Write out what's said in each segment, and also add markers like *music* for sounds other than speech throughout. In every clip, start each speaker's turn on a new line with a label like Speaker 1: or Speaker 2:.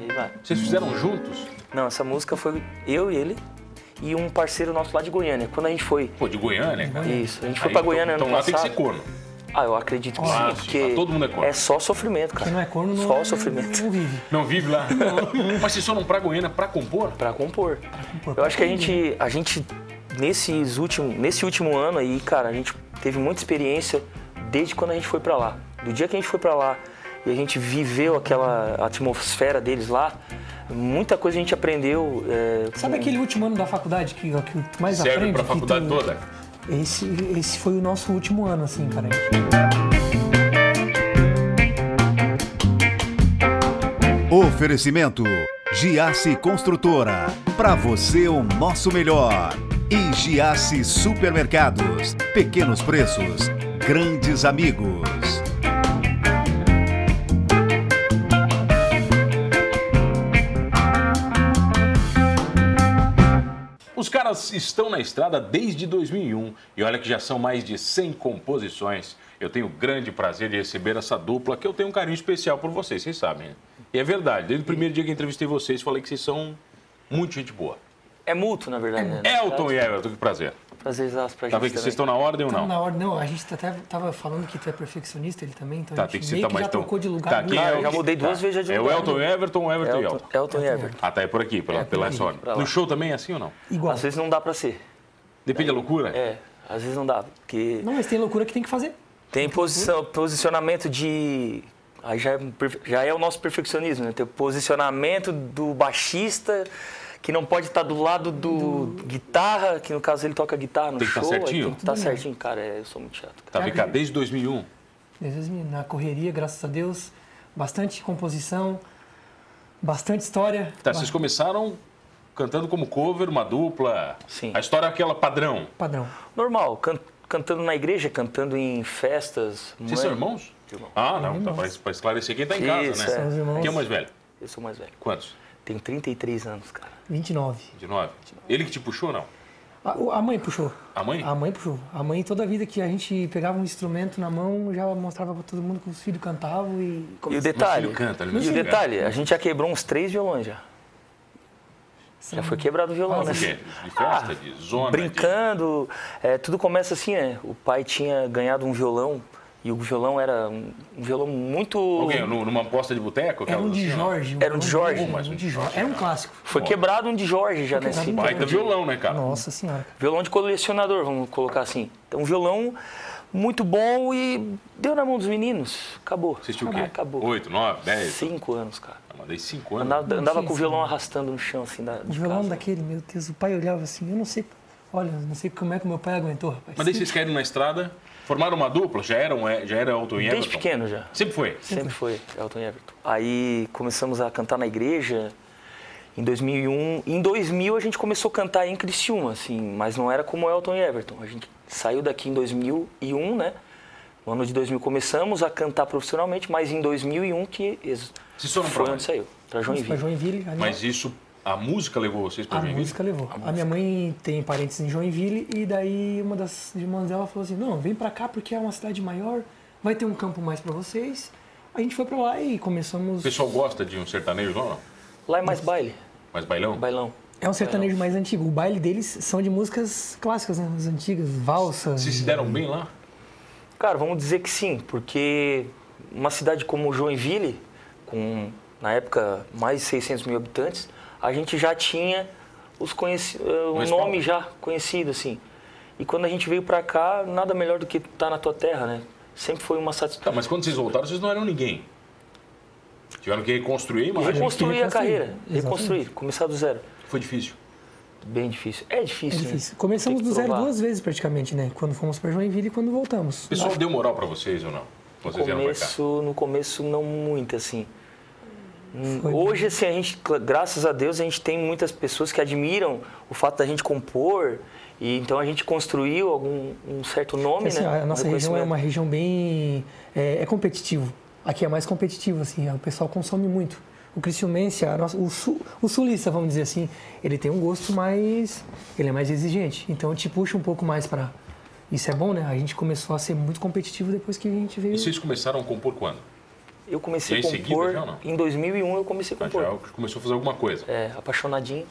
Speaker 1: E vai.
Speaker 2: Vocês fizeram juntos?
Speaker 1: Não, essa música foi eu e ele e um parceiro nosso lá de Goiânia. Quando a gente foi.
Speaker 2: Pô, de Goiânia, cara.
Speaker 1: Isso, a gente foi pra Goiânia
Speaker 2: então,
Speaker 1: ano
Speaker 2: lá tem que
Speaker 1: passado.
Speaker 2: ser corno.
Speaker 1: Ah, eu acredito que
Speaker 2: Claro,
Speaker 1: sim,
Speaker 2: sim,
Speaker 1: porque
Speaker 2: tá, todo mundo é corno.
Speaker 1: é só sofrimento, cara.
Speaker 3: Quem não é corno não,
Speaker 1: Só sofrimento.
Speaker 3: não vive.
Speaker 2: Não vive lá. *laughs* Mas vocês foram pra Goiânia pra compor?
Speaker 1: Pra compor.
Speaker 3: compor,
Speaker 1: Eu
Speaker 3: pra
Speaker 1: acho que a gente, a gente nesses último, nesse último ano aí, cara, a gente teve muita experiência desde quando a gente foi pra lá. Do dia que a gente foi pra lá e a gente viveu aquela atmosfera deles lá, muita coisa a gente aprendeu. é,
Speaker 3: Sabe
Speaker 1: com-
Speaker 3: aquele último ano da faculdade que, que tu mais
Speaker 2: Serve
Speaker 3: aprende?
Speaker 2: pra
Speaker 3: que
Speaker 2: faculdade
Speaker 3: tu-
Speaker 2: toda?
Speaker 3: Esse, esse foi o nosso último ano, assim, cara.
Speaker 4: Oferecimento Giasse Construtora. Para você o nosso melhor. E Giasse Supermercados. Pequenos preços, grandes amigos.
Speaker 2: Os caras estão na estrada desde 2001 e olha que já são mais de 100 composições. Eu tenho o grande prazer de receber essa dupla, que eu tenho um carinho especial por vocês, vocês sabem. né? E é verdade, desde o primeiro dia que entrevistei vocês, falei que vocês são muito gente boa.
Speaker 1: É mútuo, na verdade. né?
Speaker 2: Elton e Everton, que prazer.
Speaker 1: Prazer exato pra
Speaker 2: Tá
Speaker 1: gente.
Speaker 2: vendo que vocês
Speaker 1: também.
Speaker 2: estão na ordem ou
Speaker 3: Então,
Speaker 2: não?
Speaker 3: na hora, não, a gente tá até tava falando que tu é perfeccionista, ele também, então
Speaker 2: Tá,
Speaker 3: a
Speaker 2: tem
Speaker 3: gente
Speaker 2: que
Speaker 3: meio
Speaker 2: citar
Speaker 3: que já
Speaker 2: mais então.
Speaker 3: trocou de lugar.
Speaker 2: Tá,
Speaker 3: do
Speaker 2: quem
Speaker 3: lado.
Speaker 2: é
Speaker 1: Ah, eu já mudei duas
Speaker 2: Tá.
Speaker 1: vezes já de
Speaker 2: É o
Speaker 1: lugar,
Speaker 2: Elton e
Speaker 1: né?
Speaker 2: Everton, Everton e
Speaker 1: Elton,
Speaker 2: Elton.
Speaker 1: Elton e Everton.
Speaker 2: Ah, tá, é por aqui, pela, pela essa ordem.
Speaker 1: pra lá.
Speaker 2: No show também é assim ou não?
Speaker 3: Igual.
Speaker 1: Às vezes não dá pra ser.
Speaker 2: Depende da loucura?
Speaker 1: É, às vezes não dá, porque
Speaker 3: Não, mas tem loucura que tem que fazer.
Speaker 1: tem posição, posicionamento de. Aí já é, um perfe- já é o nosso perfeccionismo, né? Tem o posicionamento do baixista, que não pode estar do lado do, guitarra, que no caso ele toca guitarra no
Speaker 2: Tem que tá
Speaker 1: show. aí
Speaker 2: certinho?
Speaker 1: Tem que estar certinho, cara. é, eu sou muito chato. Cara.
Speaker 2: Tá, vem cá, desde 2001.
Speaker 3: Às vezes na correria, graças a Deus, bastante composição, bastante história.
Speaker 2: Tá,
Speaker 3: ba-
Speaker 2: vocês começaram cantando como cover, uma dupla.
Speaker 1: Sim.
Speaker 2: A história é aquela padrão.
Speaker 3: Padrão.
Speaker 1: Normal, can- cantando na igreja, cantando em festas.
Speaker 2: Vocês são irmãos? Ah, não, tá, pra, pra esclarecer quem tá em casa,
Speaker 1: é? Isso,
Speaker 2: né?
Speaker 1: é. São
Speaker 3: os irmãos.
Speaker 2: Quem é o mais velho?
Speaker 1: Eu sou mais velho.
Speaker 2: Quantos?
Speaker 1: Tenho 33 anos, cara.
Speaker 3: 29.
Speaker 2: De nove? Ele que te puxou, não?
Speaker 3: A, Ah, o- a mãe puxou.
Speaker 2: A mãe?
Speaker 3: A mãe puxou. A mãe, toda a vida que a gente pegava um instrumento na mão, já mostrava pra todo mundo que os filhos cantavam e.
Speaker 1: E o detalhe.
Speaker 2: filho canta, ele
Speaker 1: e
Speaker 2: não
Speaker 1: o
Speaker 2: canta.
Speaker 1: detalhe, a gente já quebrou uns três violões já. Já foi quebrado o violão, né?
Speaker 2: Por quê? De festa, de zona. de-
Speaker 1: brincando. é, tudo começa assim, né? O pai tinha ganhado um violão e o violão era um, um violão muito.
Speaker 2: Alguém, nu- numa aposta de boteco?
Speaker 3: Era um
Speaker 2: aquelas
Speaker 3: de
Speaker 2: assim, não?
Speaker 3: Jorge.
Speaker 1: Era um de Jorge.
Speaker 3: Um
Speaker 2: Mas um de
Speaker 3: de Jorge.
Speaker 2: Jorge,
Speaker 3: Era um
Speaker 2: cara.
Speaker 3: clássico.
Speaker 1: Foi quebrado um de Jorge já nesse.
Speaker 3: quebrado um
Speaker 2: Baita violão, né, cara?
Speaker 3: Nossa senhora. cara.
Speaker 1: Violão de colecionador, vamos colocar assim. Então, um violão muito bom e deu na mão dos meninos. Acabou.
Speaker 2: Assistiu o quê?
Speaker 1: Ah, Acabou.
Speaker 2: Oito, nove, dez?
Speaker 1: Cinco anos, cara.
Speaker 2: Ah, mas daí cinco anos.
Speaker 1: Andava, andava
Speaker 3: sim,
Speaker 1: com o
Speaker 3: sim.
Speaker 1: violão arrastando no chão, assim,
Speaker 2: Um
Speaker 1: da, de
Speaker 3: né? O violão
Speaker 1: casa.
Speaker 3: daquele, meu Deus, o pai olhava assim, eu não sei. Olha, eu não sei como é que meu pai aguentou, rapaz.
Speaker 2: Mas daí vocês caíram na estrada, formaram uma dupla, já eram, é, já era Elton e
Speaker 1: Desde
Speaker 2: Everton?
Speaker 1: pequeno já.
Speaker 2: Sempre foi.
Speaker 1: Sempre foi Elton e Everton. Aí começamos a cantar na igreja em 2001. Em 2000 a gente começou a cantar em Criciúma, assim, mas não era como Elton e Everton. A gente saiu daqui em 2001, né? No ano de 2000 começamos a cantar profissionalmente, mas em 2001 que ex-
Speaker 2: Vocês foram
Speaker 1: foi
Speaker 2: pra
Speaker 1: onde
Speaker 2: onde?
Speaker 1: saiu, pra
Speaker 3: Pra
Speaker 1: Joinville.
Speaker 3: Joinville, a minha-
Speaker 2: Mas isso, a música levou vocês pra
Speaker 3: A
Speaker 2: Joinville?
Speaker 3: música levou. A, minha mãe tem parentes em Joinville e daí uma das irmãs dela falou assim: "Não, vem pra cá porque é uma cidade maior, vai ter um campo mais pra vocês". A gente foi pra lá e começamos.
Speaker 2: O pessoal gosta de um sertanejo lá, ou não?
Speaker 1: Lá é mais baile,
Speaker 2: Mais bailão?
Speaker 1: bailão.
Speaker 3: É um sertanejo mais antigo. O baile deles são de músicas clássicas, né? As antigas, valsa.
Speaker 2: Vocês se deram bem lá?
Speaker 1: Cara, vamos dizer que sim, porque uma cidade como Joinville, com na época mais de 600 mil habitantes, a gente já tinha os conheci- eh,
Speaker 3: Um
Speaker 1: o
Speaker 2: respaldo.
Speaker 1: nome já conhecido assim. E quando a gente veio pra cá, nada melhor do que estar na tua terra, né? Sempre foi uma
Speaker 2: Tá,
Speaker 1: satisfação.
Speaker 2: mas quando vocês voltaram, vocês não eram ninguém. Tiveram que reconstruir a imagem.
Speaker 1: Reconstruir a
Speaker 3: reconstruir,
Speaker 1: carreira,
Speaker 3: exatamente.
Speaker 1: reconstruir, começar do zero.
Speaker 2: Foi difícil.
Speaker 1: Bem difícil. É
Speaker 3: É
Speaker 1: difícil. né?
Speaker 3: difícil. Começamos
Speaker 1: Tem que
Speaker 3: do zero
Speaker 1: provar.
Speaker 3: duas vezes praticamente, né? Quando fomos pra Joinville e quando voltamos. Ah,
Speaker 2: O pessoal deu moral pra vocês ou não? Quando Vocês vieram pra cá.
Speaker 1: começo, no começo não muito assim. Hum,
Speaker 3: Foi.
Speaker 1: Hoje assim a gente, cla- graças a Deus, a gente tem muitas pessoas que admiram o fato da gente compor e então a gente construiu algum um certo nome,
Speaker 3: Assim,
Speaker 1: né?
Speaker 3: a nossa
Speaker 1: Um
Speaker 3: região é
Speaker 1: reconhecimento.
Speaker 3: uma região bem é, é competitivo. Aqui é mais competitivo, assim, o pessoal consome muito. O Criciumense, a nossa- o, sul, o sulista, vamos dizer assim, ele tem um gosto mais, ele é mais exigente. Então te puxa um pouco mais para. Isso é bom, né? A gente começou a ser muito competitivo depois que a gente veio.
Speaker 2: E vocês começaram a compor quando?
Speaker 1: Eu comecei
Speaker 2: E
Speaker 1: a
Speaker 2: em seguida
Speaker 1: compor.
Speaker 2: já ou não?
Speaker 1: em 2001 eu comecei a
Speaker 2: Mas
Speaker 1: compor.
Speaker 2: Tá, já começou a fazer alguma coisa.
Speaker 1: É, apaixonadinho.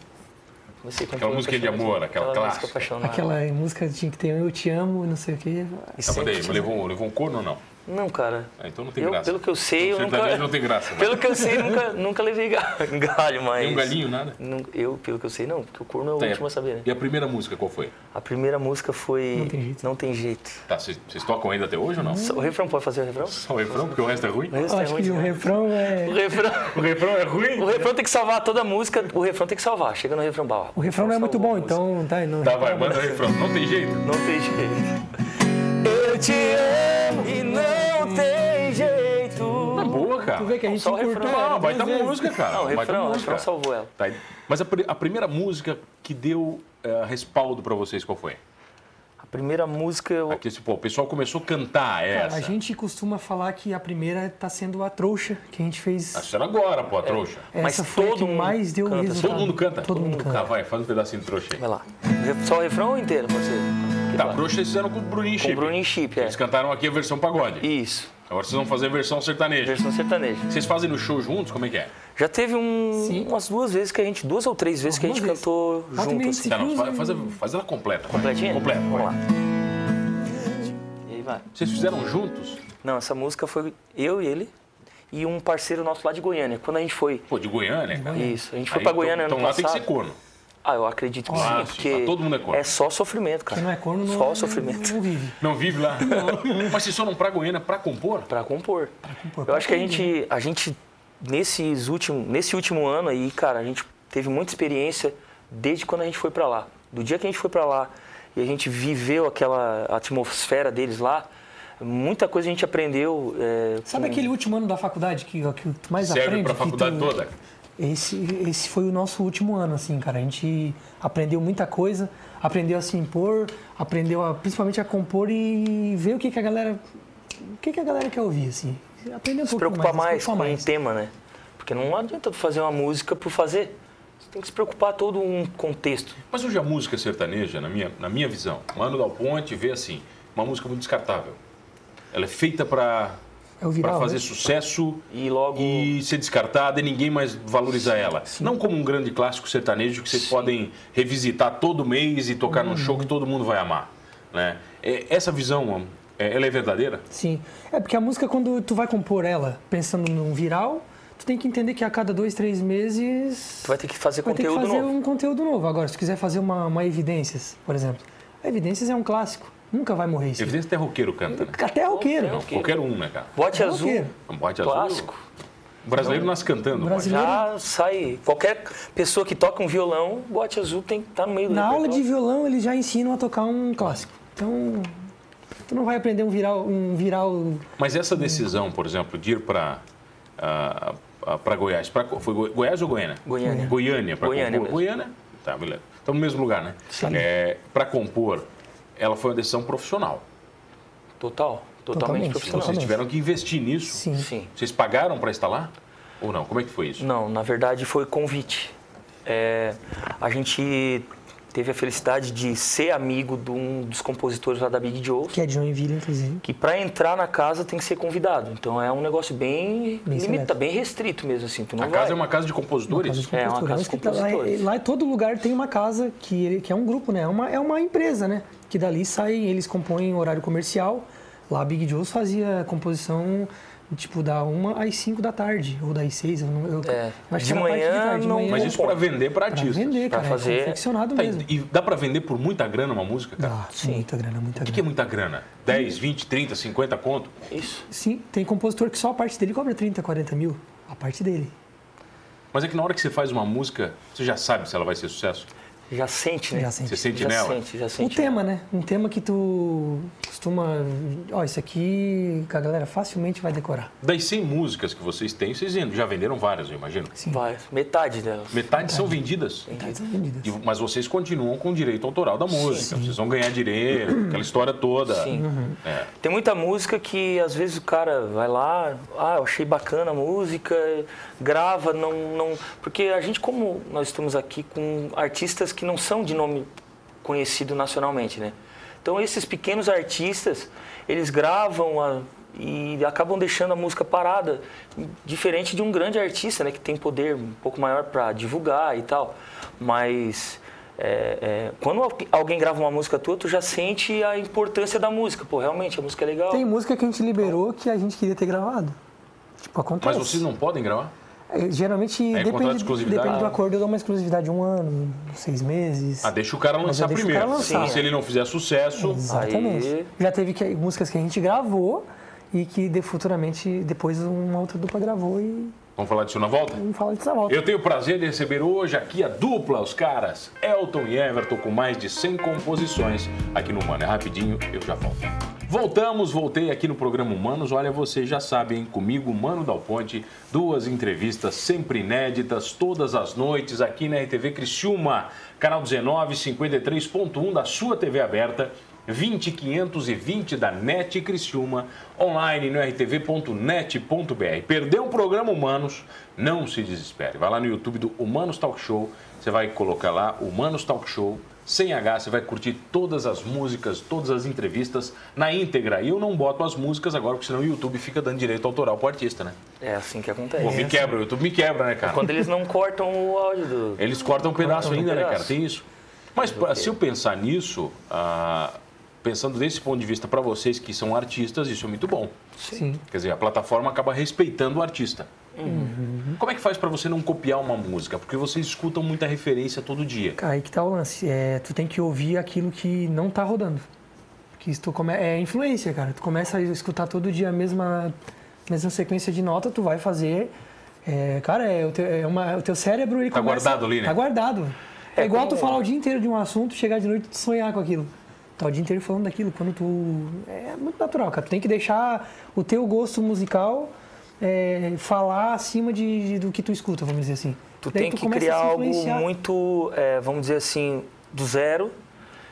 Speaker 1: Comecei a compor.
Speaker 2: Aquela música de
Speaker 1: Apaixonadinho.
Speaker 2: amor, aquela
Speaker 1: música
Speaker 2: clássica.
Speaker 1: apaixonada.
Speaker 3: Aquela música tinha que ter Eu Te Amo, não sei o quê.
Speaker 1: E
Speaker 2: Ah,
Speaker 1: sempre
Speaker 2: peraí,
Speaker 1: tinha-
Speaker 2: levou, levou um corno ou não?
Speaker 1: Não, cara.
Speaker 2: Ah, então não tem
Speaker 1: Eu,
Speaker 2: graça.
Speaker 1: Pelo que eu sei, eu
Speaker 2: Então,
Speaker 1: nunca.
Speaker 2: sertanejo não tem graça, né?
Speaker 1: *laughs* Pelo que eu sei, nunca, nunca levei ga- *laughs* galho, mas.
Speaker 2: Tem um galinho, nada?
Speaker 1: Nun- eu, pelo que eu sei, não, porque o corno é o
Speaker 2: Tá, e a-
Speaker 1: último a saber, né?
Speaker 2: E a primeira música qual foi?
Speaker 1: A primeira música foi
Speaker 3: Não Tem Jeito.
Speaker 1: Não Tem Jeito.
Speaker 2: Tá, vocês vocês tocam ainda até hoje ou não?
Speaker 1: Só- O refrão, pode fazer o refrão?
Speaker 2: Só o refrão, porque o resto é ruim?
Speaker 1: O resto
Speaker 3: Eu
Speaker 1: é
Speaker 3: acho
Speaker 1: ruim,
Speaker 3: que o
Speaker 1: né?
Speaker 3: refrão
Speaker 1: O
Speaker 3: é.
Speaker 1: refrão.
Speaker 2: O refrão é ruim?
Speaker 1: O refrão tem que salvar toda a música, o refrão tem que salvar. Chega no refrão, bah,
Speaker 3: O refrão não é muito
Speaker 1: salvou
Speaker 3: bom,
Speaker 1: a música.
Speaker 3: então tá. Não
Speaker 2: Tá, vai, manda o refrão. Não tem jeito.
Speaker 1: Não tem jeito. Eu te amo e não tem
Speaker 2: Tá
Speaker 1: jeito.
Speaker 2: boa, cara.
Speaker 3: Tu vê que a gente
Speaker 1: Só o
Speaker 3: encurtou.
Speaker 1: refrão.
Speaker 3: ela
Speaker 2: Não, vai
Speaker 3: duas
Speaker 2: dar
Speaker 3: vezes.
Speaker 2: música, cara.
Speaker 1: Não, o
Speaker 2: baita
Speaker 1: refrão, o
Speaker 2: música.
Speaker 1: refrão salvou ela.
Speaker 2: Tá, mas a, pri- a primeira música que deu eh, respaldo pra vocês, qual foi?
Speaker 1: A primeira música eu.
Speaker 2: Aqui, tipo, o pessoal começou a cantar essa.
Speaker 3: A gente costuma falar que a primeira tá sendo a trouxa que a gente fez.
Speaker 2: Isso era agora,
Speaker 1: É.
Speaker 2: pô, a trouxa.
Speaker 1: Mas
Speaker 3: Essa foi a
Speaker 1: todo
Speaker 3: que
Speaker 1: mundo
Speaker 3: mais deu
Speaker 1: canta,
Speaker 3: resultado.
Speaker 2: Todo mundo canta?
Speaker 3: Todo mundo
Speaker 2: Tá,
Speaker 3: canta.
Speaker 2: vai, faz um pedacinho de trouxa aí.
Speaker 1: Vai lá. Só o refrão ou inteiro, pode ser?
Speaker 2: Tá, trouxa vocês fizeram com o Bruninho
Speaker 1: Com
Speaker 2: Chip.
Speaker 1: o Bruninho Chip, é.
Speaker 2: Eles cantaram aqui a versão pagode.
Speaker 1: Isso,
Speaker 2: Agora vocês vão fazer a versão sertaneja.
Speaker 1: versão sertaneja.
Speaker 2: Vocês fazem no show juntos? Como é que é?
Speaker 1: Já teve um-
Speaker 3: Sim.
Speaker 1: umas duas vezes que a gente, duas ou três vezes que a gente
Speaker 3: Algumas
Speaker 1: cantou
Speaker 3: vezes. Bota
Speaker 1: junto.
Speaker 3: meio
Speaker 1: Assim.
Speaker 2: Tá, não, fa- faz, a- faz ela completa. vai.
Speaker 1: Completinha?
Speaker 2: Completa.
Speaker 1: Vamos
Speaker 2: vai.
Speaker 1: lá. E aí vai.
Speaker 2: Vocês fizeram juntos?
Speaker 1: Não, essa música foi eu e ele e um parceiro nosso lá de Goiânia. Quando a gente foi.
Speaker 2: Pô, de Goiânia, cara.
Speaker 1: Isso, a gente foi pra Goiânia
Speaker 2: então,
Speaker 1: ano
Speaker 2: então lá tem que
Speaker 1: passado.
Speaker 2: ser corno.
Speaker 1: Ah, eu acredito que
Speaker 2: Ah, sim,
Speaker 1: sim, porque
Speaker 2: pra todo mundo é corno.
Speaker 1: é só sofrimento, cara.
Speaker 3: Quem não é corno não,
Speaker 1: Só sofrimento.
Speaker 3: não vive.
Speaker 2: Não vive lá. Mas vocês foram pra Goiânia pra compor?
Speaker 1: Pra compor.
Speaker 3: compor,
Speaker 1: Eu
Speaker 3: pra né?
Speaker 1: acho que a gente, a gente nesses último, nesse último ano aí, cara, a gente teve muita experiência desde quando a gente foi pra lá. Do dia que a gente foi pra lá e a gente viveu aquela atmosfera deles lá, muita coisa a gente aprendeu. é,
Speaker 3: Sabe
Speaker 1: com-
Speaker 3: aquele último ano da faculdade que, que tu mais
Speaker 2: Serve
Speaker 3: aprende?
Speaker 2: pra
Speaker 3: que
Speaker 2: faculdade
Speaker 3: tu-
Speaker 2: toda?
Speaker 3: Esse, esse foi o nosso último ano, assim, cara. A gente aprendeu muita coisa, aprendeu a se impor, aprendeu a, principalmente a compor e ver o que, que a galera. O que, que a galera quer ouvir, assim. Aprender um
Speaker 1: se
Speaker 3: pouco
Speaker 1: preocupar mais,
Speaker 3: se
Speaker 1: com
Speaker 3: preocupar
Speaker 1: um tema, né? Porque não adianta tu fazer uma música por fazer. Você tem que se preocupar todo um contexto.
Speaker 2: Mas hoje a música sertaneja, na minha, na minha visão, Mano Dal Ponte vê assim, uma música muito descartável. Ela é feita pra,
Speaker 3: É
Speaker 2: pra
Speaker 3: o viral,
Speaker 2: fazer
Speaker 3: né?
Speaker 2: sucesso
Speaker 1: E logo-
Speaker 2: e ser descartada e ninguém mais valoriza ela. Não como um grande clássico sertanejo que vocês podem revisitar todo mês e tocar num show que todo mundo vai amar. Né? É, Essa visão, é, ela é verdadeira?
Speaker 3: Sim. É porque a música, quando tu vai compor ela pensando num viral, tu tem que entender que a cada dois, três meses.
Speaker 1: Tu vai ter que fazer
Speaker 3: Vai ter que
Speaker 1: conteúdo
Speaker 3: fazer
Speaker 1: novo.
Speaker 3: um conteúdo novo. Agora, se tu quiser fazer uma, uma Evidências, por exemplo. A Evidências é um clássico. Nunca vai morrer isso.
Speaker 2: Evidência até roqueiro canta, né?
Speaker 3: Até roqueiro.
Speaker 1: Não,
Speaker 2: Qualquer um, né, cara?
Speaker 1: Bote
Speaker 3: É
Speaker 1: azul,
Speaker 3: roqueiro.
Speaker 2: Um bote azul.
Speaker 1: clássico.
Speaker 2: O brasileiro nasce cantando.
Speaker 3: Brasi-
Speaker 2: mas-
Speaker 1: Já sai. Qualquer pessoa que toca um violão, bote azul tem que estar no meio do
Speaker 3: Na aula de
Speaker 1: repertório.
Speaker 3: violão, eles já ensinam a tocar um clássico. Então, tu não vai aprender um viral, um viral
Speaker 2: Mas essa decisão, por exemplo, de ir para para Goiás, pra, foi Goi- Goiás ou Goiânia?
Speaker 1: Goiânia.
Speaker 2: Goiânia, para
Speaker 1: Goiânia
Speaker 2: compor.
Speaker 1: mesmo.
Speaker 2: Goiânia? Tá, beleza. Estamos no mesmo lugar, né?
Speaker 3: Sim.
Speaker 2: para compor, ela foi uma decisão profissional.
Speaker 1: Total. Totalmente
Speaker 3: Totalmente,
Speaker 1: profissional.
Speaker 2: Vocês
Speaker 3: Totalmente.
Speaker 2: tiveram que investir nisso.
Speaker 3: Sim.
Speaker 1: Sim.
Speaker 2: Vocês pagaram para instalar? Ou não? Como é que foi isso?
Speaker 1: Não, na verdade foi convite. É, a gente teve a felicidade de ser amigo de um dos compositores lá da Big Joe.
Speaker 3: que é de Joinville, inclusive.
Speaker 1: que para entrar na casa tem que ser convidado. Então é um negócio bem,
Speaker 3: Bem
Speaker 1: limitado,
Speaker 3: seleto.
Speaker 1: bem restrito mesmo assim. Tu não
Speaker 2: A
Speaker 1: vai.
Speaker 2: casa é uma casa de compositores?
Speaker 3: Casa de
Speaker 1: É, uma
Speaker 3: compositores.
Speaker 1: casa de
Speaker 3: Que tá lá,
Speaker 1: compositores.
Speaker 3: lá em todo lugar tem uma casa que, ele- que é um grupo, né? É uma, é uma empresa, né? Que dali saem, eles compõem horário comercial. Lá a Big Joe's fazia composição, tipo, da 1 às 5 da tarde, ou das 6, eu, não-
Speaker 1: É.
Speaker 3: eu, eu acho
Speaker 1: De
Speaker 3: que era a parte
Speaker 1: manhã
Speaker 3: tarde, de
Speaker 1: não-
Speaker 2: Mas
Speaker 1: Bom
Speaker 2: isso para
Speaker 1: ponto.
Speaker 2: vender para
Speaker 3: pra
Speaker 2: artistas.
Speaker 3: vender,
Speaker 1: pra
Speaker 3: cara,
Speaker 1: fazer-
Speaker 3: é confeccionado
Speaker 2: Tá, e-
Speaker 3: mesmo.
Speaker 2: e dá para vender por muita grana uma música, cara?
Speaker 3: Dá, muita grana, muita
Speaker 2: O que é
Speaker 3: grana.
Speaker 2: muita grana? 10, 20, 30, 50 conto?
Speaker 1: Isso.
Speaker 3: Sim, tem compositor que só a parte dele cobra 30, 40 mil. A parte dele.
Speaker 2: Mas é que na hora que você faz uma música, você já sabe se ela vai ser sucesso.
Speaker 1: Já sente, né?
Speaker 3: Já
Speaker 2: É,
Speaker 3: sente.
Speaker 2: Você sente
Speaker 1: já
Speaker 2: nela.
Speaker 1: sente, já
Speaker 3: Um
Speaker 1: sente.
Speaker 3: tema, né? Um tema que tu costuma. Ó, isso aqui que a galera facilmente vai decorar.
Speaker 2: Das 100 músicas que vocês têm, vocês já venderam várias, eu imagino.
Speaker 3: Sim.
Speaker 1: Vai, metade delas.
Speaker 2: Metade são vendidas.
Speaker 3: Tá desentendido.
Speaker 2: E- Mas vocês continuam com o direito autoral da música. Vocês vão ganhar dinheiro, aquela história toda.
Speaker 1: Sim.
Speaker 2: É.
Speaker 1: Tem muita música que às vezes o cara vai lá, ah, eu achei bacana a música, grava, não, não. Porque a gente, como nós estamos aqui com artistas que não são de nome conhecido nacionalmente, né? Então esses pequenos artistas, eles gravam a e acabam deixando a música parada, diferente de um grande artista, né, que tem poder um pouco maior para divulgar e tal. Mas é, é, quando al- alguém grava uma música tua, tu já sente a importância da música. Pô, realmente a música é legal.
Speaker 3: Tem música que a gente liberou que a gente queria ter gravado. Tipo,
Speaker 2: Mas
Speaker 3: acontece.
Speaker 2: vocês não podem gravar?
Speaker 3: É, Geralmente
Speaker 2: É, contrato de
Speaker 3: depende,
Speaker 2: exclusividade?
Speaker 3: depende do acordo, eu dou uma exclusividade de um ano, seis meses.
Speaker 2: Ah, deixa o cara
Speaker 3: Mas eu
Speaker 2: lançar
Speaker 3: deixo o
Speaker 2: primeiro.
Speaker 3: cara lançar.
Speaker 2: Se ele não fizer sucesso,
Speaker 3: Exatamente.
Speaker 1: Aí-
Speaker 3: Já teve que- músicas que a gente gravou e que de- futuramente depois uma outra dupla gravou e
Speaker 2: vamos falar disso na volta?
Speaker 3: não fala disso na volta.
Speaker 2: Eu tenho o prazer de receber hoje aqui a dupla, os caras, Elton e Everton, com mais de 100 composições aqui no Humano. É rapidinho, eu já volto. Voltamos, voltei aqui no programa Humanos. Olha, vocês já sabem, comigo, Mano Dal Ponte, duas entrevistas sempre inéditas, todas as noites aqui na RTV Criciúma, canal 19, 53.1 da sua TV aberta. 20520 da NET Criciúma, online no rtv.net.br. Perdeu o programa Humanos? Não se desespere. Vai lá no YouTube do Humanos Talk Show, você vai colocar lá Humanos Talk Show, sem H, você vai curtir todas as músicas, todas as entrevistas na íntegra. E eu não boto as músicas agora, porque senão o YouTube fica dando direito autoral pro artista, né?
Speaker 1: É assim que acontece.
Speaker 2: Pô, me quebra, o YouTube me quebra, né, cara?
Speaker 1: Quando eles não cortam o áudio do.
Speaker 2: Eles cortam um pedaço
Speaker 1: Cortam um
Speaker 2: ainda, né, cara?
Speaker 1: pedaço.
Speaker 2: Tem isso. Mas pra- se eu pensar nisso, ah, pensando desse ponto de vista para vocês que são artistas, isso é muito bom.
Speaker 3: Sim.
Speaker 2: Quer dizer, a plataforma acaba respeitando o artista.
Speaker 1: Uhum.
Speaker 2: Como é que faz para você não copiar uma música? Porque vocês escutam muita referência todo dia.
Speaker 3: Cara, aí que tá o lance. É, tu tem que ouvir aquilo que não tá rodando. Porque isso tu come... é influência, cara. Tu começa a escutar todo dia a mesma, mesma sequência de nota, tu vai fazer. É, cara, é, o teu, é uma- o teu cérebro ele
Speaker 2: Tá
Speaker 3: começa-
Speaker 2: guardado ali, né?
Speaker 3: Tá guardado. É,
Speaker 1: É
Speaker 3: igual tu
Speaker 1: como-
Speaker 3: falar o dia inteiro de um assunto, chegar de noite e tu sonhar com aquilo. Tá o dia inteiro falando daquilo. Quando tu. É muito natural, cara. Tu tem que deixar o teu gosto musical é, falar acima de, de- do que tu escuta, vamos dizer assim.
Speaker 1: Tu
Speaker 3: Daí
Speaker 1: tem que
Speaker 3: começa a se
Speaker 1: criar algo
Speaker 3: influenciar.
Speaker 1: muito, é, vamos dizer assim, do zero,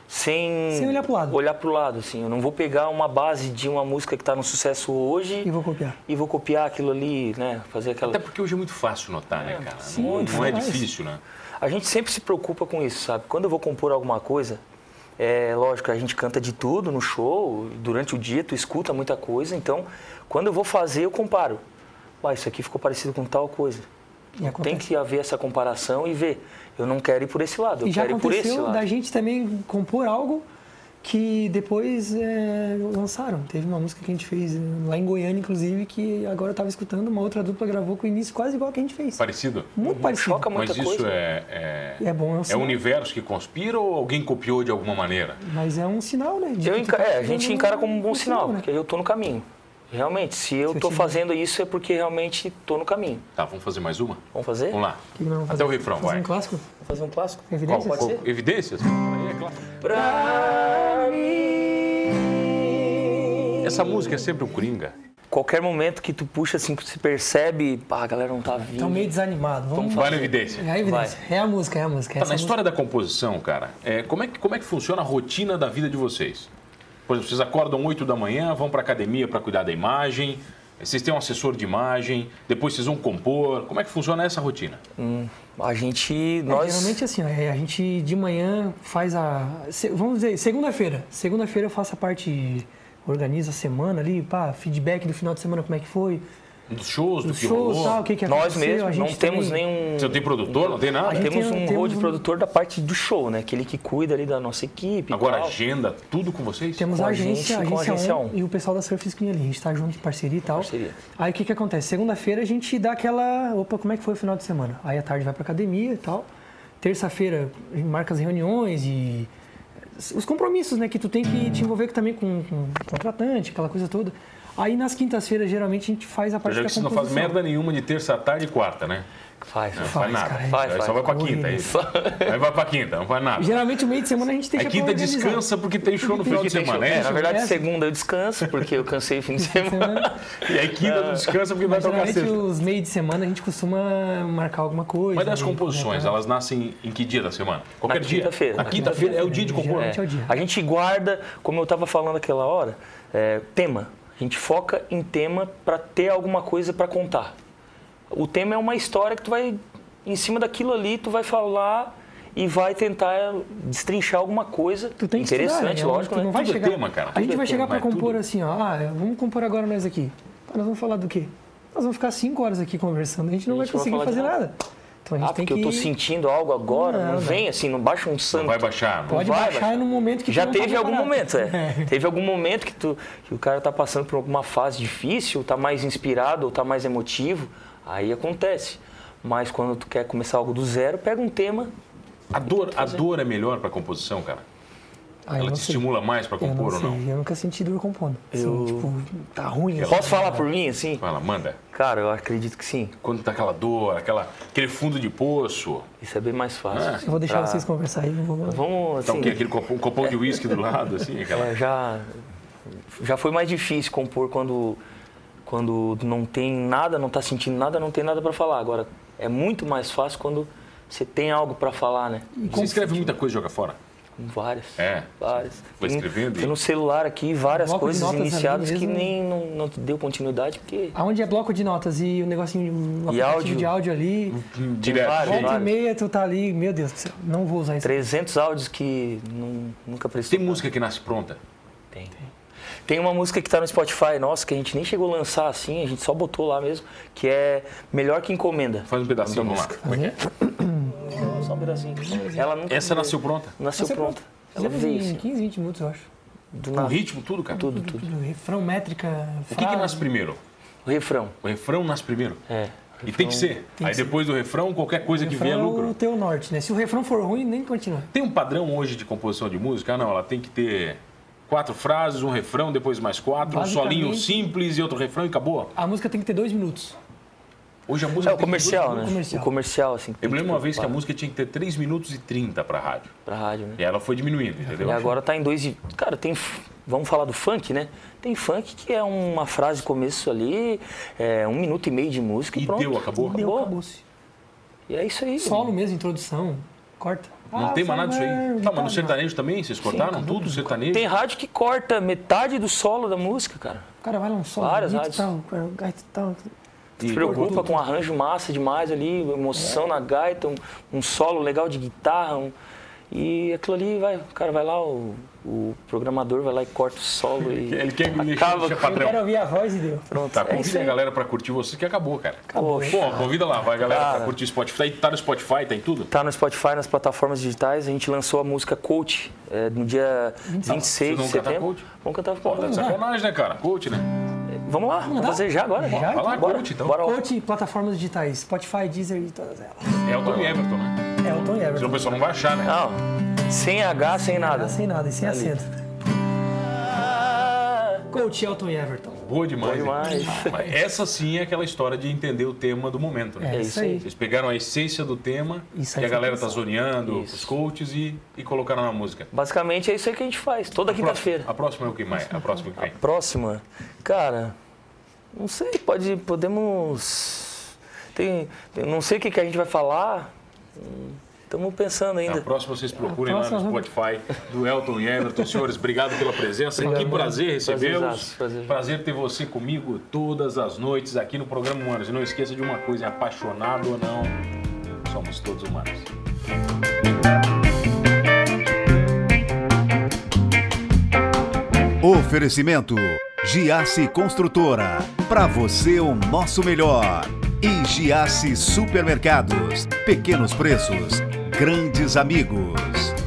Speaker 1: sem,
Speaker 3: Sem olhar pro lado.
Speaker 1: Olhar pro lado, assim. Eu não vou pegar uma base de uma música que tá no sucesso hoje
Speaker 3: E vou copiar.
Speaker 1: e vou copiar aquilo ali, né? Fazer aquela.
Speaker 2: Até porque hoje é muito fácil notar, né, cara?
Speaker 3: sim,
Speaker 2: não
Speaker 3: muito
Speaker 2: não é
Speaker 3: fácil.
Speaker 2: difícil, né?
Speaker 1: A gente sempre se preocupa com isso, sabe? Quando eu vou compor alguma coisa, é lógico, a gente canta de tudo no show, durante o dia tu escuta muita coisa, então quando eu vou fazer, eu comparo. Uai, isso aqui ficou parecido com tal coisa.
Speaker 3: E acontece.
Speaker 1: Tem que haver essa comparação e ver. Eu não quero ir por esse lado, eu
Speaker 3: E já
Speaker 1: quero ir por esse
Speaker 3: aconteceu
Speaker 1: lado.
Speaker 3: da gente também compor algo que depois é, lançaram. Teve uma música que a gente fez eh, lá em Goiânia, inclusive, que agora eu tava escutando, uma outra dupla gravou com o início quase igual a que a gente fez.
Speaker 2: Parecido.
Speaker 3: Muito parecido.
Speaker 1: Uhum. Choca muita
Speaker 2: Mas isso
Speaker 1: coisa.
Speaker 2: é, é,
Speaker 3: É bom, é um
Speaker 2: é o
Speaker 3: sinal.
Speaker 2: universo que conspira ou alguém copiou de alguma maneira?
Speaker 3: Mas é um sinal, né? de
Speaker 1: Eu
Speaker 3: que tu
Speaker 1: enca-
Speaker 3: tá
Speaker 1: é, a
Speaker 3: chegando
Speaker 1: gente
Speaker 3: num-
Speaker 1: encara como um bom
Speaker 3: num
Speaker 1: sinal,
Speaker 3: né?
Speaker 1: porque eu tô no caminho. Realmente, se eu
Speaker 3: Se eu
Speaker 1: tô
Speaker 3: tiver-
Speaker 1: fazendo isso é porque realmente tô no caminho.
Speaker 2: Tá, vamos fazer mais uma?
Speaker 1: Vamos fazer?
Speaker 2: Vamos lá.
Speaker 3: O que que nós vamos
Speaker 2: Até
Speaker 3: fazer?
Speaker 2: o refrão,
Speaker 3: Fazer
Speaker 2: vai.
Speaker 3: um clássico?
Speaker 1: Vamos fazer um clássico?
Speaker 2: Qual-
Speaker 3: Evidências?
Speaker 1: Pode
Speaker 2: qual-
Speaker 1: ser?
Speaker 2: Evidências? Aí é claro.
Speaker 1: Pra mim.
Speaker 2: Essa música é sempre o Coringa.
Speaker 1: Qualquer momento que tu puxa assim, que tu se percebe, pá, a galera não tá vindo.
Speaker 3: Tão meio desanimado. Vamos...
Speaker 1: Então
Speaker 2: Vai na evidência.
Speaker 3: É a evidência. É a música, é a música.
Speaker 2: Tá,
Speaker 3: Essa
Speaker 2: na história da composição, cara, é, como, é que, como é que funciona a rotina da vida de vocês? Por exemplo, vocês acordam 8 da manhã, vão pra academia pra cuidar da imagem, vocês têm um assessor de imagem, depois vocês vão compor. Como é que funciona essa rotina?
Speaker 1: A gente,
Speaker 3: É,
Speaker 1: nós.
Speaker 3: Geralmente assim, ó, é, a gente de manhã faz a. se- Vamos dizer, segunda-feira. Segunda-feira eu faço a parte. Organizo a semana ali, pá, feedback do final de semana, como é que foi.
Speaker 2: Dos shows, do
Speaker 3: Os
Speaker 2: que
Speaker 3: shows,
Speaker 2: rolou?
Speaker 3: tal, o que, que
Speaker 1: nós
Speaker 3: aconteceu. a
Speaker 1: mesmos,
Speaker 3: gente
Speaker 1: não temos
Speaker 3: também-
Speaker 1: nenhum.
Speaker 2: Você não tem produtor, não tem nada?
Speaker 3: gente
Speaker 1: Temos
Speaker 3: tem-
Speaker 1: um
Speaker 3: temos
Speaker 1: rol de
Speaker 3: um-
Speaker 1: produtor da parte do show, né? Aquele que cuida ali da nossa equipe. e
Speaker 2: Agora é.
Speaker 1: tal.
Speaker 2: agenda, tudo com vocês?
Speaker 3: Temos
Speaker 1: com
Speaker 3: a
Speaker 1: a gente,
Speaker 3: agência, a
Speaker 1: com a
Speaker 3: agência,
Speaker 1: agência
Speaker 3: On
Speaker 1: On.
Speaker 3: e o pessoal da Surf Screen ali. A gente tá junto, parceria e tal.
Speaker 1: Parceria.
Speaker 3: Aí o que que acontece? Segunda-feira a gente dá aquela. Opa, como é que foi o final de semana? Aí à tarde vai pra academia e tal. Terça-feira a gente marca as reuniões e. Os compromissos, né? Que tu tem que te envolver também com, com o contratante, aquela coisa toda. Aí nas quintas-feiras, geralmente, a gente faz a parte
Speaker 2: Já
Speaker 3: da
Speaker 2: que você não faz
Speaker 3: composição.
Speaker 2: merda nenhuma de terça à tarde e quarta, né?
Speaker 1: Faz,
Speaker 2: Não
Speaker 1: faz.
Speaker 2: faz,
Speaker 3: Faz,
Speaker 2: nada.
Speaker 3: cara, é.
Speaker 1: Faz,
Speaker 2: Aí só vai
Speaker 1: faz.
Speaker 2: pra quinta aí. Aí vai pra quinta, não faz nada.
Speaker 3: Geralmente o meio de semana a gente tem
Speaker 2: Aí
Speaker 3: que
Speaker 2: quinta descansa porque tem show no final de semana,
Speaker 1: É,
Speaker 2: é?
Speaker 1: na
Speaker 2: isso?
Speaker 1: verdade,
Speaker 3: Essa-
Speaker 1: segunda eu descanso, porque eu cansei o fim
Speaker 3: *laughs*
Speaker 1: de semana.
Speaker 2: E aí quinta não descansa porque vai
Speaker 3: Ah, Mas
Speaker 2: tocar
Speaker 3: geralmente
Speaker 2: sexta.
Speaker 3: os meios de semana a gente costuma marcar alguma coisa.
Speaker 2: Mas das
Speaker 3: né?
Speaker 2: composições, elas nascem em que dia da semana? Qualquer dia.
Speaker 1: quinta-feira.
Speaker 2: Na
Speaker 1: Na
Speaker 2: quinta-feira é o dia de compor.
Speaker 3: É. Esse o dia.
Speaker 1: A gente guarda, como eu estava falando aquela hora, é, tema. A gente foca em tema para ter alguma coisa para contar. O tema é uma história que tu vai, em cima daquilo ali, tu vai falar e vai tentar destrinchar alguma coisa
Speaker 3: Tu tem que
Speaker 1: interessante,
Speaker 3: estudar, né?
Speaker 1: lógico, né?
Speaker 3: Não vai
Speaker 2: Tudo é
Speaker 3: chegar.
Speaker 2: tema, cara.
Speaker 3: A gente
Speaker 1: Tudo é
Speaker 3: vai chegar
Speaker 2: tema,
Speaker 3: para
Speaker 2: é
Speaker 3: compor
Speaker 2: tudo.
Speaker 3: assim, ó, ah, vamos compor agora nós aqui. Ah, nós vamos falar do quê? Nós vamos ficar cinco horas aqui conversando, a gente não
Speaker 1: A
Speaker 3: vai
Speaker 1: gente não vai
Speaker 3: conseguir
Speaker 1: falar de
Speaker 3: fazer
Speaker 1: nada.
Speaker 3: nada. Então a gente
Speaker 1: Ah,
Speaker 3: tem
Speaker 1: porque
Speaker 3: que
Speaker 1: eu tô sentindo algo agora, não,
Speaker 3: Não, não.
Speaker 1: vem assim, não baixa um santo.
Speaker 2: Não vai baixar. não.
Speaker 3: É. Pode
Speaker 1: vai
Speaker 3: baixar,
Speaker 1: baixar.
Speaker 3: no momento que tu
Speaker 1: Já
Speaker 3: não tá
Speaker 1: teve algum
Speaker 3: preparado.
Speaker 1: momento, é.
Speaker 3: *laughs*
Speaker 1: Teve algum momento que, tu, que o cara tá passando por alguma fase difícil, tá mais inspirado ou tá mais emotivo, aí acontece. Mas quando tu quer começar algo do zero, pega um tema.
Speaker 2: A dor, a dor é melhor para composição, cara?
Speaker 3: Ah, eu
Speaker 2: Ela
Speaker 3: não
Speaker 2: te
Speaker 3: sei.
Speaker 2: estimula mais para
Speaker 3: Eu
Speaker 2: compor
Speaker 3: não
Speaker 2: ou não?
Speaker 3: sei, eu nunca senti dor compondo. Assim,
Speaker 1: Eu-
Speaker 3: Tipo, tá ruim. assim.
Speaker 1: Posso falar por mim, assim?
Speaker 2: Fala, manda.
Speaker 1: Cara, eu acredito que sim.
Speaker 2: Quando tá aquela dor, aquela, aquele fundo de poço,
Speaker 1: Isso é bem mais fácil.
Speaker 2: Ah.
Speaker 1: assim,
Speaker 3: Eu vou deixar
Speaker 1: pra-
Speaker 3: vocês conversar aí. eu Vou...
Speaker 1: Vamos,
Speaker 2: tá
Speaker 3: Então,
Speaker 1: assim,
Speaker 2: o quê? Aquele copo- um copão de uísque do lado,
Speaker 3: *laughs*
Speaker 2: assim, aquela...
Speaker 1: É, já, já foi mais difícil compor quando, quando não tem nada, não tá sentindo nada, não tem nada para falar. Agora, é muito mais fácil quando você tem algo para falar, né?
Speaker 2: Você escreve muita coisa e joga fora?
Speaker 1: Com várias.
Speaker 2: É.
Speaker 1: Várias.
Speaker 2: Vai escrevendo
Speaker 1: Tem,
Speaker 2: e-
Speaker 1: tem no celular aqui várias
Speaker 3: Bloco de
Speaker 1: coisas
Speaker 3: notas ali
Speaker 1: iniciadas que
Speaker 3: mesmo.
Speaker 1: nem não, não te deu continuidade, porque.
Speaker 3: Aonde é bloco de notas e o negocinho, um aplicativo
Speaker 1: áudio?
Speaker 3: de áudio ali.
Speaker 2: Direto.
Speaker 1: vários,
Speaker 3: Volta e
Speaker 1: vários.
Speaker 3: meia, tu tá ali, meu Deus do céu, não vou usar isso.
Speaker 1: 300 áudios que nun- nunca precisou.
Speaker 2: Tem música que nasce pronta.
Speaker 1: Tem. Tem uma música que tá no Spotify nossa, que a gente nem chegou a lançar assim, a gente só botou lá mesmo, que é Melhor que Encomenda.
Speaker 2: Faz um pedacinho, vamos lá. Como é que é?
Speaker 1: Só um pedacinho. Ela nunca
Speaker 2: Essa nasceu pronta.
Speaker 1: nasceu
Speaker 3: Nasceu
Speaker 1: pronta. Ela
Speaker 3: Fizemos
Speaker 1: veio
Speaker 3: em
Speaker 1: assim,
Speaker 3: 15, 20 minutos, eu acho.
Speaker 1: do
Speaker 3: Ah.
Speaker 2: Com
Speaker 1: nada.
Speaker 2: ritmo, tudo, cara?
Speaker 1: Tudo, tudo.
Speaker 3: Do refrão, métrica,
Speaker 2: O que, que
Speaker 3: frase.
Speaker 2: nasce primeiro?
Speaker 1: O refrão.
Speaker 2: O refrão nasce primeiro.
Speaker 1: É.
Speaker 2: E tem que ser. Aí depois do refrão, qualquer coisa que vier é
Speaker 3: refrão é o
Speaker 2: lucro.
Speaker 3: teu norte, né? Se o refrão for ruim, nem continua.
Speaker 2: Tem um padrão hoje de composição de música? Ah, não, ela tem que ter quatro frases, um refrão, depois mais quatro, um
Speaker 3: Basicamente-
Speaker 2: solinho simples e outro refrão e acabou.
Speaker 3: A música tem que ter dois minutos.
Speaker 2: Hoje a música
Speaker 1: É o
Speaker 2: tem
Speaker 1: comercial,
Speaker 2: dois
Speaker 1: né?
Speaker 2: minutos.
Speaker 3: Comercial.
Speaker 1: O comercial, assim.
Speaker 2: Eu me lembro uma vez que a música tinha que ter 3 minutos e 30 pra rádio.
Speaker 1: Pra rádio, né?
Speaker 2: E ela foi diminuindo, entendeu?
Speaker 1: E agora tá em dois. e- Cara, tem. f- Vamos falar do funk, né? Tem funk que é uma frase começo ali, é um minuto e meio de música e,
Speaker 2: E
Speaker 1: pronto.
Speaker 2: deu, acabou.
Speaker 1: Acabou.
Speaker 3: Deu, acabou-se.
Speaker 1: E é isso aí.
Speaker 3: Solo mesmo, introdução, corta.
Speaker 2: Não
Speaker 3: Ah,
Speaker 2: tem mais nada disso aí.
Speaker 3: summer,
Speaker 2: Tá, mas no
Speaker 3: guitarra.
Speaker 2: sertanejo também? Vocês cortaram tudo? Sertanejo?
Speaker 1: Tem rádio que corta metade do solo da música, cara.
Speaker 3: O cara vai lá um solo,
Speaker 1: Várias
Speaker 3: bonito,
Speaker 1: rádios.
Speaker 3: tal, gaita, tal.
Speaker 1: Tu se preocupa com um arranjo massa demais ali, emoção na gaita, um, um solo legal de guitarra. um- e aquilo ali vai, o cara vai lá, o, o programador vai lá e corta o solo e
Speaker 2: *laughs* Ele quer me deixar,
Speaker 1: acaba
Speaker 2: deixar
Speaker 1: com-
Speaker 2: padrão.
Speaker 3: Quero ouvir a voz e deu.
Speaker 1: Pronto,
Speaker 2: Tá,
Speaker 1: é isso
Speaker 2: convida a
Speaker 1: aí.
Speaker 2: galera pra curtir você que acabou, cara.
Speaker 1: Acabou.
Speaker 2: Bom, convida lá, vai, galera, pra
Speaker 1: Cara.
Speaker 2: curtir o Spotify. Tá no Spotify, tá em tudo?
Speaker 1: Tá no Spotify, nas plataformas digitais. A gente lançou a música Coach eh, no dia 26 de
Speaker 2: Então, Vocês vão cantar
Speaker 1: setembro.
Speaker 2: Coach?
Speaker 1: Vamos cantar
Speaker 2: Pô, tá de
Speaker 1: vamos, lá.
Speaker 2: sacanagem, né, cara? Coach, né?
Speaker 1: vamos lá, vamos
Speaker 3: lá?
Speaker 1: fazer já agora.
Speaker 3: Já?
Speaker 2: Vai lá,
Speaker 1: bora,
Speaker 2: coach, então.
Speaker 1: bora lá.
Speaker 3: Coach, plataformas digitais, Spotify, Deezer e todas elas.
Speaker 2: É o Tony Everton, né?
Speaker 3: É o Tony
Speaker 2: Senão o
Speaker 3: Everton.
Speaker 2: pessoal não vai achar, né?
Speaker 1: Não, sem H, sem nada.
Speaker 3: Tá sem nada e sem
Speaker 1: Ali.
Speaker 3: acento. Coach Elton e Everton.
Speaker 2: Boa demais.
Speaker 1: Boa
Speaker 2: hein?
Speaker 1: demais.
Speaker 2: Mas Essa sim é aquela história de entender o tema do momento, né?
Speaker 3: É,
Speaker 1: É
Speaker 3: isso
Speaker 1: isso
Speaker 3: aí.
Speaker 1: aí.
Speaker 2: Vocês pegaram a essência do tema
Speaker 3: Isso
Speaker 2: e
Speaker 3: aí
Speaker 2: a
Speaker 3: foi
Speaker 2: galera tá
Speaker 3: pensado.
Speaker 2: zoneando
Speaker 1: Isso.
Speaker 2: os coaches e, e colocaram na música.
Speaker 1: Basicamente é isso aí que a gente faz, toda quinta-feira.
Speaker 2: A próxima é o que mais? A próxima que vem.
Speaker 1: Próxima, cara, não sei, pode, podemos, tem, tem- não sei o que, que a gente vai falar, estamos pensando
Speaker 2: A
Speaker 1: ainda.
Speaker 2: próxima vocês procurem
Speaker 3: A
Speaker 2: lá no
Speaker 3: próxima-
Speaker 2: Spotify do Elton e Everton. Senhores, obrigado pela presença. Que prazer recebê-los.
Speaker 1: Prazerzaço, prazer.
Speaker 2: Prazer ter você comigo todas as noites aqui no programa Humanos. E não esqueça de uma coisa, é apaixonado ou não, somos todos humanos.
Speaker 4: Oferecimento Giasse Construtora. Para você o nosso melhor. E Giasse Supermercados. Pequenos preços, grandes amigos.